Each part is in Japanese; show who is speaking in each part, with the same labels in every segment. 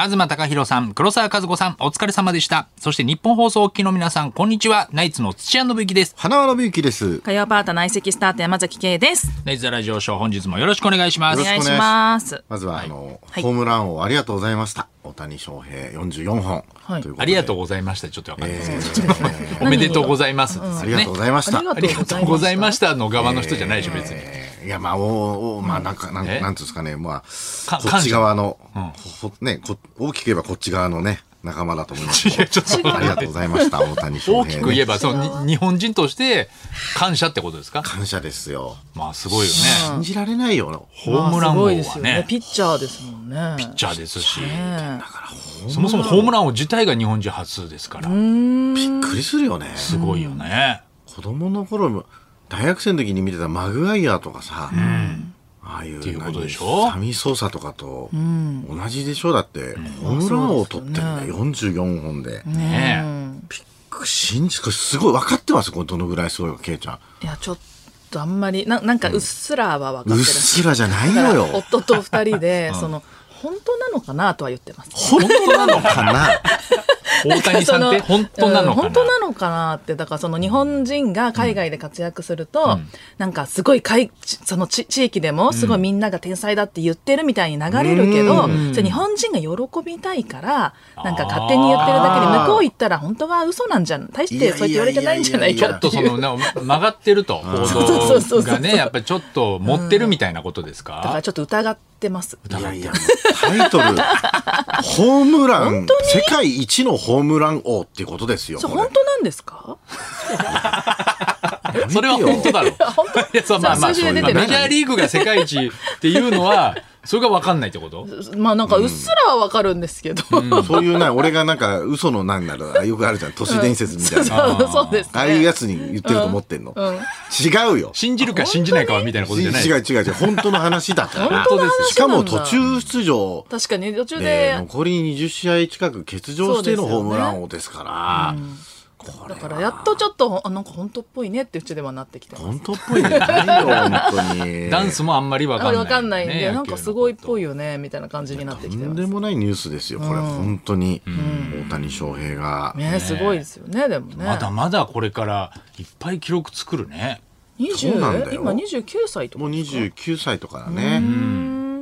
Speaker 1: 東貴博さん、黒沢和子さん、お疲れ様でした。そして日本放送をお聞きの皆さん、こんにちは。ナイツの土屋信之です。
Speaker 2: 花輪信之です。よ
Speaker 3: 火曜パート内席スタート山崎圭です。
Speaker 1: ナイツザラジオショー、本日もよろしくお願いしま
Speaker 3: お
Speaker 1: す
Speaker 2: ろ。しく
Speaker 3: 願いします。
Speaker 2: まずは、あの、
Speaker 3: はい
Speaker 2: ホームラン王ありがとうございました。大谷翔平44本。
Speaker 3: はい
Speaker 2: ということで
Speaker 1: ありがとうございました。ちょっとわかんないですけど、
Speaker 2: え ー
Speaker 1: おめでとうございますですよね。
Speaker 2: ありがとうございました。
Speaker 3: ありが
Speaker 1: ありがとうございましたの側の人じゃないでしょ、別に。
Speaker 2: えーいや、まあ、おおまあ、なんか、なん
Speaker 1: え
Speaker 2: なんつうんですかね、まあ、
Speaker 1: か
Speaker 2: こっち側の、ほほねこ、大きく言えばこっち側のね、仲間だと思います
Speaker 1: いや、ちょっと
Speaker 2: ありがとうございました、大谷翔
Speaker 1: 大
Speaker 2: 平、
Speaker 1: き
Speaker 2: ね。
Speaker 1: く言えば、そのに日本人として感謝ってことですか
Speaker 2: 感謝ですよ。
Speaker 1: まあ、すごいよね。
Speaker 2: 信じられないよ。
Speaker 1: ホームラン王はね、ピ
Speaker 3: ピッチャーですもんね。ピ
Speaker 1: ッチャーですし、
Speaker 3: ャ
Speaker 1: そもそもホームラン王自体が日本人初ですから、
Speaker 2: びっくりするよね。
Speaker 1: すごいよね。
Speaker 2: 子供の頃も大学生の時に見てたマグワイアとかさ、ああいうって
Speaker 1: いうことでしょ
Speaker 2: サミ操作とかと同じでしょだって、ホームランを取ってんだよ、44本で、
Speaker 1: ねえ
Speaker 2: 信じこれすごい分かってますこれどのぐらいすごいかケイち ゃん
Speaker 3: いや、ちょっとあんまり、ななんかうっすらは分かってる。
Speaker 2: うっすらじゃないの
Speaker 3: だ
Speaker 2: よ
Speaker 3: から 夫と二人で、その、本当なのかなとは言ってます。
Speaker 2: 本当なのかな
Speaker 1: 大谷さんって本当なのかな、
Speaker 3: うん本当なのかなって、だからその日本人が海外で活躍すると、なんかすごい海、その地地域でもすごいみんなが天才だって言ってるみたいに流れるけど、それ日本人が喜びたいから、なんか勝手に言ってるだけで、
Speaker 2: あー
Speaker 3: 向こう行ったら本当は嘘なんじゃん。大してそうやって言われてないんじゃない
Speaker 2: いや
Speaker 3: か
Speaker 2: いやいやいや
Speaker 3: っ
Speaker 1: ち
Speaker 3: て
Speaker 1: ょっとそ
Speaker 3: い
Speaker 1: の
Speaker 3: う。
Speaker 1: な曲がってると
Speaker 3: そうそうそ
Speaker 1: 報道
Speaker 3: うそ
Speaker 1: が
Speaker 3: う
Speaker 1: ねやっぱりちょっと持ってるみたいなことです
Speaker 3: だか
Speaker 1: から
Speaker 3: ちょっと疑ってます。
Speaker 2: いやいやもうタイトルホームラン世界一のホームラン王っていうことですよ
Speaker 3: そう、
Speaker 2: これ
Speaker 3: 本当なんです か
Speaker 1: それは本当だろういやそうまあまあ
Speaker 3: 数字で出
Speaker 1: まあ
Speaker 3: てる
Speaker 1: メジャーリーグが世界一っていうのはそれが分かんないってこと
Speaker 3: まあなんかうっすらはわかるんですけど。
Speaker 2: そういうな、俺がなんか嘘のなんだろうな、よくあるじゃん、都市伝説みたいな。
Speaker 3: そうそうですね。
Speaker 2: ああいうやつに言ってると思ってんの。違うよ。
Speaker 1: 信じるか信じないかはみたいなこと
Speaker 2: 違
Speaker 1: じ
Speaker 2: う
Speaker 1: ゃない
Speaker 2: 違う違う、本当の話だ から。
Speaker 1: 本当ですよ
Speaker 2: しかも途中出場
Speaker 3: 確かに途中
Speaker 2: で
Speaker 3: で、
Speaker 2: 残り20試合近く欠場してのホームラン王ですから。これ
Speaker 3: だからやっとちょっとあなんか本当っぽいねってうちではなってきてます。
Speaker 2: 本当っぽいね。ないよ、本当 に。
Speaker 1: ダンスもあんまり分かんない、
Speaker 3: わかんないんで、なんかすごいっぽい
Speaker 1: よ
Speaker 3: よねみたいな感じになって
Speaker 2: と
Speaker 3: きて
Speaker 2: ん
Speaker 3: ます
Speaker 2: で。もないニュースですよ、これ、本当に。大谷翔平が。
Speaker 3: ねすごいですよねでもね。
Speaker 1: まだまだこれからいっぱい記録作るね
Speaker 3: 二十
Speaker 2: そうなんだよ
Speaker 3: 今二十九歳とか
Speaker 2: もう
Speaker 3: ですか。
Speaker 2: 29歳とかだね。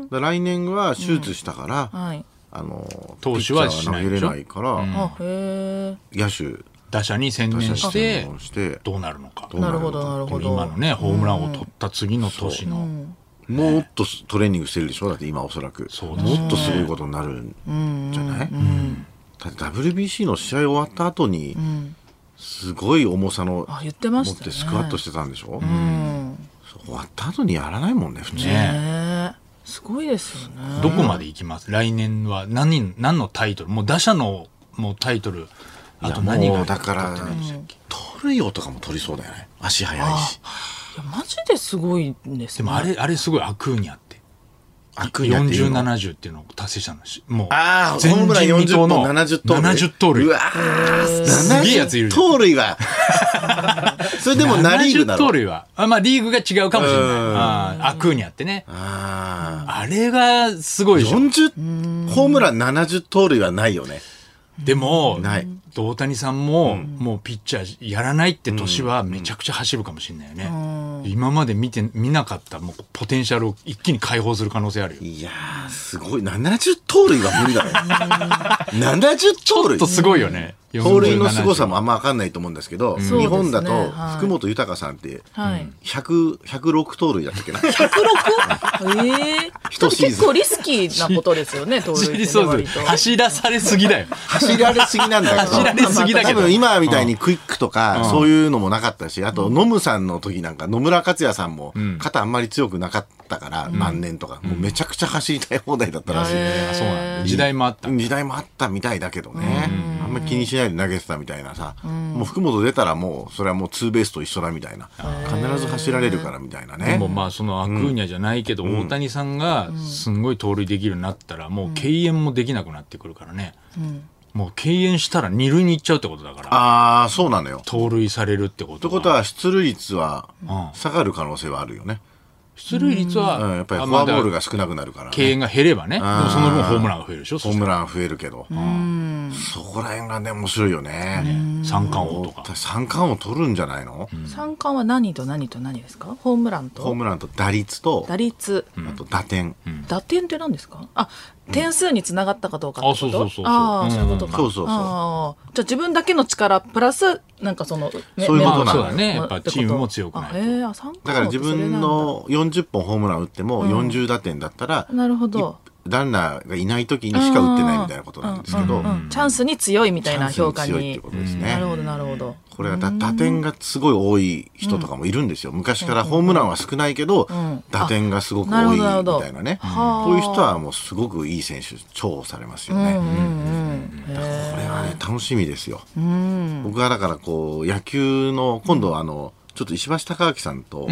Speaker 2: だから来年は手術したから、
Speaker 3: はい。
Speaker 2: あの
Speaker 1: 投手はしない
Speaker 2: ピ
Speaker 1: で
Speaker 2: ッ
Speaker 1: し
Speaker 2: チ
Speaker 1: ょ
Speaker 2: ャーは投げれないから、
Speaker 3: あへ
Speaker 2: 野手
Speaker 1: 打者に専
Speaker 2: 打
Speaker 1: 念
Speaker 2: 者
Speaker 1: し
Speaker 2: して
Speaker 1: て
Speaker 2: して
Speaker 1: どうなるのか
Speaker 3: え。なるほどなるほど。
Speaker 1: 今のねホームランを取った次の年の、
Speaker 2: もっとトレーニングしてるでしょだって今おそらく
Speaker 1: そうですね
Speaker 2: もっとすごいことになるんじゃない、だって WBC の試合終わった後に、すごい重さの
Speaker 3: あ言って
Speaker 2: 持
Speaker 3: ま
Speaker 2: っ
Speaker 3: したね。
Speaker 2: てスクワットしてたんでしょ、
Speaker 3: うん。
Speaker 2: そう終わった後にやらないもんね普通、
Speaker 1: ね
Speaker 3: ねすごいですよね。
Speaker 1: どこまで行きます来年は何人、何のタイトルもう打者のもうタイトル、あと何
Speaker 2: も
Speaker 1: が
Speaker 2: うだから取るよとかも取りそうだよね足速いし
Speaker 3: いやマジですごいんです
Speaker 1: で
Speaker 3: よね。
Speaker 1: もあれ、あれすごいアクーニャって。
Speaker 2: 悪意だっていう
Speaker 1: 40、
Speaker 2: の
Speaker 1: 70っていうのを達成したのし、もう。
Speaker 2: ああ、ホ
Speaker 1: 前
Speaker 2: ームラン
Speaker 1: 人未
Speaker 2: 40
Speaker 1: 到
Speaker 2: 本
Speaker 1: の
Speaker 2: 70盗塁。
Speaker 1: 70盗塁
Speaker 2: うわー
Speaker 1: すげえやついる
Speaker 2: 70
Speaker 1: じゃん
Speaker 2: 盗塁 は。それでもナリーグだ
Speaker 1: 70盗
Speaker 2: ろ。
Speaker 1: 塁は。あまあ、リーグが違うかもしれない。
Speaker 2: うん
Speaker 1: あーアクーニャってね。
Speaker 2: ああ。
Speaker 1: あれがすごいでしょ。
Speaker 2: 40、ホームラン70盗塁はないよね。
Speaker 1: でも、
Speaker 2: ない
Speaker 1: 大谷さんも、もうピッチャーやらないって年はめちゃくちゃ走るかもしれないよね。今まで見て、見なかったもうポテンシャルを一気に解放する可能性あるよ。
Speaker 2: いやー、すごい。70盗塁は無理だろ。70盗
Speaker 1: ちょっ
Speaker 2: 塁
Speaker 1: とすごいよね。
Speaker 2: 盗塁の凄さもあんまわかんないと思うんですけど、
Speaker 3: すね
Speaker 2: 日本だと
Speaker 3: はい
Speaker 2: 福本豊さんって、
Speaker 3: はい。
Speaker 2: 100、106盗塁だったっけな。
Speaker 3: 106? ええ
Speaker 2: 一シーズン
Speaker 3: 結構リスキーなことですよね、盗塁
Speaker 1: 走
Speaker 3: ってね
Speaker 1: りそうで
Speaker 3: 割
Speaker 1: す
Speaker 3: と。
Speaker 1: 走らされすぎだよ。
Speaker 2: 走られすぎなんだけど。
Speaker 1: 走られすぎだけ
Speaker 2: 多
Speaker 1: ど。
Speaker 2: 分今みたいにクイックとか、そういうのもなかったし、あと、ノムさんの時なんか、野村克也さんも、肩あんまり強くなかったから、何年とか、もうめちゃくちゃ走りたい放題だったらしい。
Speaker 1: あそうなんだ。時代もあった。
Speaker 2: 時代もあったみたいだけどね。あんまり気にしないで投げてたみたいなさ、もう福本出たらもう、それはもうツーベースと一緒だみたいな。必ず走られるからみたいな
Speaker 1: で
Speaker 2: ね
Speaker 1: も。まあそのアクーニャじゃないけど、大谷さんがすんごい盗塁できるようになったらもう敬遠もできなくなってくるからね、もう敬遠したら二塁に行っちゃうってことだから、
Speaker 2: ああ、そうなのよ。
Speaker 1: 盗塁されるってこと
Speaker 2: と
Speaker 1: は
Speaker 2: いうことは、出塁率は
Speaker 1: ん
Speaker 2: 下がる可能性はあるよね。
Speaker 1: 出塁率は、
Speaker 2: うん、やっぱり
Speaker 1: あ
Speaker 2: フォアボール
Speaker 1: まだ
Speaker 2: が少なくなるから、
Speaker 1: 敬
Speaker 2: ね。
Speaker 1: 遠が減ればね、でもその分ホームランが増えるでしょ、
Speaker 2: ホ
Speaker 1: そ
Speaker 2: ー
Speaker 1: した
Speaker 2: ム
Speaker 1: ら
Speaker 2: ラン増えるけど。そこら辺がね、面白いよね。
Speaker 1: 三冠王とか。
Speaker 2: 三冠を取るんじゃないの
Speaker 3: 三冠は何と何と何ですかホームラン
Speaker 2: ホー
Speaker 3: と
Speaker 2: ムランと打率と、
Speaker 3: 打率、
Speaker 2: あと打点。
Speaker 3: 打点って何ですかあ点数につながったかどうかってこと、
Speaker 1: あそうそうそうそう
Speaker 3: あ
Speaker 1: う
Speaker 3: あ
Speaker 1: ん
Speaker 3: そういうことか、
Speaker 2: そうそうそう
Speaker 3: ああじゃあ自分だけの力プラスなんかその、ね
Speaker 2: そういうこと
Speaker 1: ま
Speaker 2: な
Speaker 1: あ
Speaker 2: ん
Speaker 1: そ
Speaker 2: だ
Speaker 1: うだね。やっ
Speaker 3: まあ
Speaker 1: ぱ
Speaker 3: てこと
Speaker 1: チームも強くない
Speaker 3: あ
Speaker 1: と。
Speaker 3: ええあ三冠
Speaker 2: だから自分の40本ホームラン打っても40打点だったら、
Speaker 3: なるほど
Speaker 2: ランナーがいない時にしか打ってないみたいなことなんですけど、
Speaker 3: うんチャンスに強いみたいな
Speaker 2: チャン
Speaker 3: 評
Speaker 2: スに
Speaker 3: 価
Speaker 2: 強いっ
Speaker 3: に
Speaker 2: てことです
Speaker 3: な
Speaker 2: ね
Speaker 3: る。ほどなるほど
Speaker 2: これはだ打点がすごい多い人とかもいるんですよ。昔からホームランは少ないけど、
Speaker 3: ん
Speaker 2: 打点がすごく
Speaker 3: あなる
Speaker 2: 多
Speaker 3: ほ
Speaker 2: い
Speaker 3: どなるほど
Speaker 2: みたいなね。
Speaker 3: はあ
Speaker 2: こういう人はもうすごくいい選手、重宝されますよね。これはね、楽しみですよ。僕はだからこう、野球の、今度あの、ちょっと石橋貴明さんと、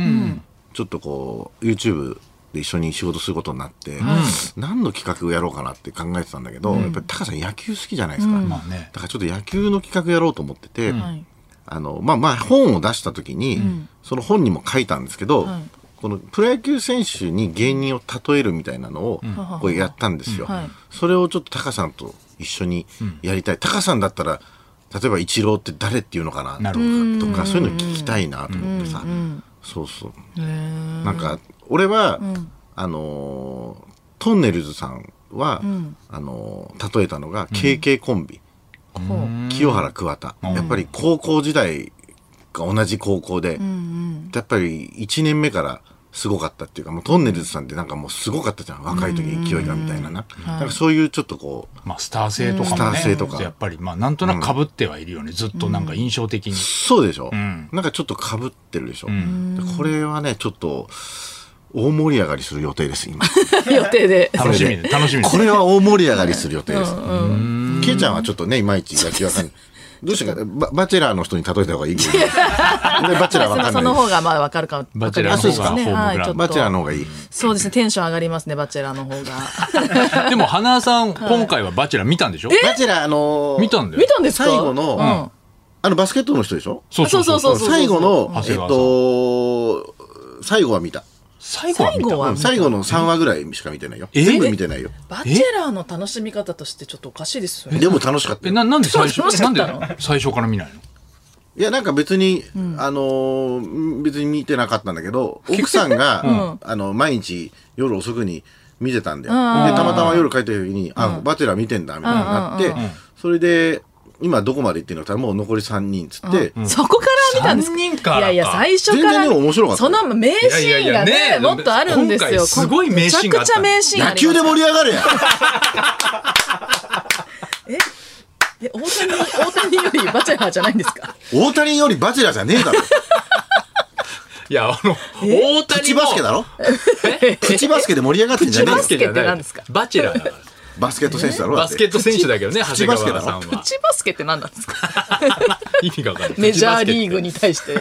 Speaker 2: ちょっとこう、YouTube で一緒に仕事することになって、何の企画をやろうかなって考えてたんだけど、やっぱり高さん野球好きじゃないですか。
Speaker 1: まあね。
Speaker 2: だからちょっと野球の企画やろうと思ってて、
Speaker 3: はい
Speaker 2: あの、まあまあ本を出した時に、その本にも書いたんですけど、
Speaker 3: はい
Speaker 2: このプロ野球選手に芸人を例えるみたいなのをこうやったんですよ。
Speaker 3: はい
Speaker 2: それをちょっとタカさんと一緒にやりたい。タカさんだったら、例えばイチローって誰っていうのかな
Speaker 1: な
Speaker 2: と
Speaker 1: る
Speaker 2: か
Speaker 1: ほ
Speaker 2: とかそういうの聞きたいなと思ってさ。そうそう。
Speaker 3: へえ
Speaker 2: なんか俺は、あのートンネルズさんは、あのー例えたのが KK コンビ、
Speaker 3: こう
Speaker 2: 清原桑田、やっぱり高校時代が同じ高校で、やっぱり1年目からすごかったっていうかもうトンネルズさんってなんかもうすごかったじゃん若い時に勢いがみたいなな,、なんかそういうちょっとこう
Speaker 1: まあスター性とかもね。
Speaker 2: スター性とか
Speaker 1: やっぱりまあなんとなく被ってはいるよね。ずっとなんか印象的に。
Speaker 2: そうでしょ、
Speaker 1: ん
Speaker 2: なんかちょっとかぶってるでしょ、でこれはねちょっと大盛り上がりする予定です今。
Speaker 3: 予 定で
Speaker 1: 楽しみで、楽 しみで
Speaker 2: これは大盛り上がりする予定です。ケイちゃんはちょっとね、いまいち野球わかんない。どうしてか、ババチェラーの人に例えた方がいいけど。でバチェラーわかん
Speaker 3: そ
Speaker 2: な
Speaker 3: の
Speaker 2: い。
Speaker 3: 方がまあわかるか
Speaker 1: バチェラーの方が
Speaker 3: わかりやすい
Speaker 1: ホ
Speaker 3: ですね
Speaker 1: ームグラウンド
Speaker 3: はいちょっと
Speaker 2: バチェラーの方がいい。
Speaker 3: そうですねテンション上がりますねバチェラーの 方が
Speaker 1: でも、花さん、今回はバチェラー見たんでしょ
Speaker 2: バチェラー、あのー
Speaker 1: 見たんだよ。
Speaker 3: 見たんですか
Speaker 2: 最後の、
Speaker 3: うん
Speaker 2: あの、バスケットの人でしょ
Speaker 1: そうそうそう
Speaker 3: そ
Speaker 1: そうう
Speaker 3: そうそう
Speaker 2: 最後の、
Speaker 1: 長
Speaker 2: えっ
Speaker 1: 谷川さん
Speaker 2: と、最後は見た。
Speaker 1: 最後は見
Speaker 3: 最
Speaker 1: た
Speaker 3: 後は
Speaker 2: うん最後の3話ぐらいしか見てないよ。
Speaker 1: え
Speaker 2: 全部見てないよ。
Speaker 3: バチェラーの楽しみ方としてちょっとおかしいですよね
Speaker 2: でも楽しかっ
Speaker 1: え、
Speaker 2: たよ。
Speaker 1: な、なんで最
Speaker 3: そう楽
Speaker 1: 初、
Speaker 3: しか
Speaker 1: な
Speaker 3: っ
Speaker 1: ん
Speaker 3: た
Speaker 1: で
Speaker 3: の
Speaker 1: 最初から見ないの
Speaker 2: いや、なんか別に、あのー別に見てなかったんだけ ど、奥さんが、あの、毎日夜遅くに見てたんだよ。で、たまたま夜帰った時に、あ、バチェラー見てんだ、みたいになって、それで、今どこまで行ってんのって言ったらもう残り3人っつって、
Speaker 3: そこから見たんです
Speaker 1: 三人からか
Speaker 3: いやいや、最初から。
Speaker 2: 全然でも面白かった
Speaker 3: その名シーンが
Speaker 1: いや
Speaker 3: ね
Speaker 1: いやいやね
Speaker 3: もっとあるんですよ。
Speaker 1: 今回すごい名シーンがあっ
Speaker 3: めちゃくち
Speaker 1: た
Speaker 3: ゃ
Speaker 1: ん
Speaker 3: 名
Speaker 1: で
Speaker 3: シーンあり
Speaker 2: 野球
Speaker 3: ました
Speaker 2: で盛り上がる やん
Speaker 3: え、大谷、大谷よりバチェラーじゃないんですか
Speaker 2: 大谷よりバチェラーじゃねえ だろ。
Speaker 1: いや、あの、大
Speaker 2: プ
Speaker 1: 谷
Speaker 2: チ
Speaker 1: も。
Speaker 2: バスケだろプチバスケで盛り上がってんじゃねえ
Speaker 1: バ
Speaker 2: よ
Speaker 1: スケじゃない
Speaker 3: プチバスケって何ですか
Speaker 1: バチェラーだから。
Speaker 2: バスケット選手だろだ
Speaker 1: バ
Speaker 2: って
Speaker 1: スケット選手だけどね、長
Speaker 2: チ
Speaker 1: 谷
Speaker 2: バスケ
Speaker 1: 川
Speaker 2: だ
Speaker 1: さん
Speaker 2: ろ
Speaker 3: プ
Speaker 1: は。
Speaker 3: チバスケって何なんです か
Speaker 1: 意味がわかんない。
Speaker 3: メジャーリーグに対して。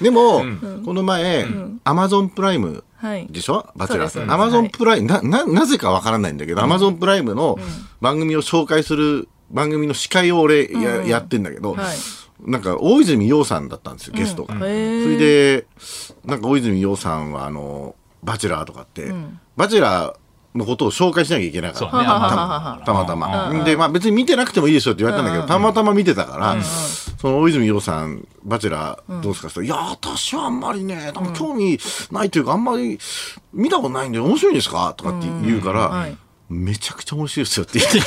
Speaker 2: でも、この前、アマゾンプライム
Speaker 3: はい
Speaker 2: でしょ、バチェラー
Speaker 3: そう
Speaker 2: さ
Speaker 3: で
Speaker 2: ん。
Speaker 3: す
Speaker 2: アマゾンプライム、な、な、なぜかわからないんだけど、アマゾンプライムの番組を紹介する番組の司会を俺や,、やってんだけど、
Speaker 3: はい
Speaker 2: なんか大泉洋さんだったんですよ、ゲストが。
Speaker 3: へ
Speaker 2: そ
Speaker 3: ー
Speaker 2: れで、なんか大泉洋さんは、あの、バチェラーとかって、バチェラー、のことを紹介しなきゃいけなかった。
Speaker 1: そうね
Speaker 2: た
Speaker 1: はは
Speaker 3: はは
Speaker 2: たまたま。で、まあ別に見てなくてもいいですよって言われたんだけど、たまたま見てたから、その大泉洋さん、バチェラーどうですかって言ったらいや、私はあんまりね、なんか興味ないというか、あんまり見たことないんで、面白いんですかとかって言うから
Speaker 3: い、
Speaker 2: めちゃくちゃ面白いですよって言って、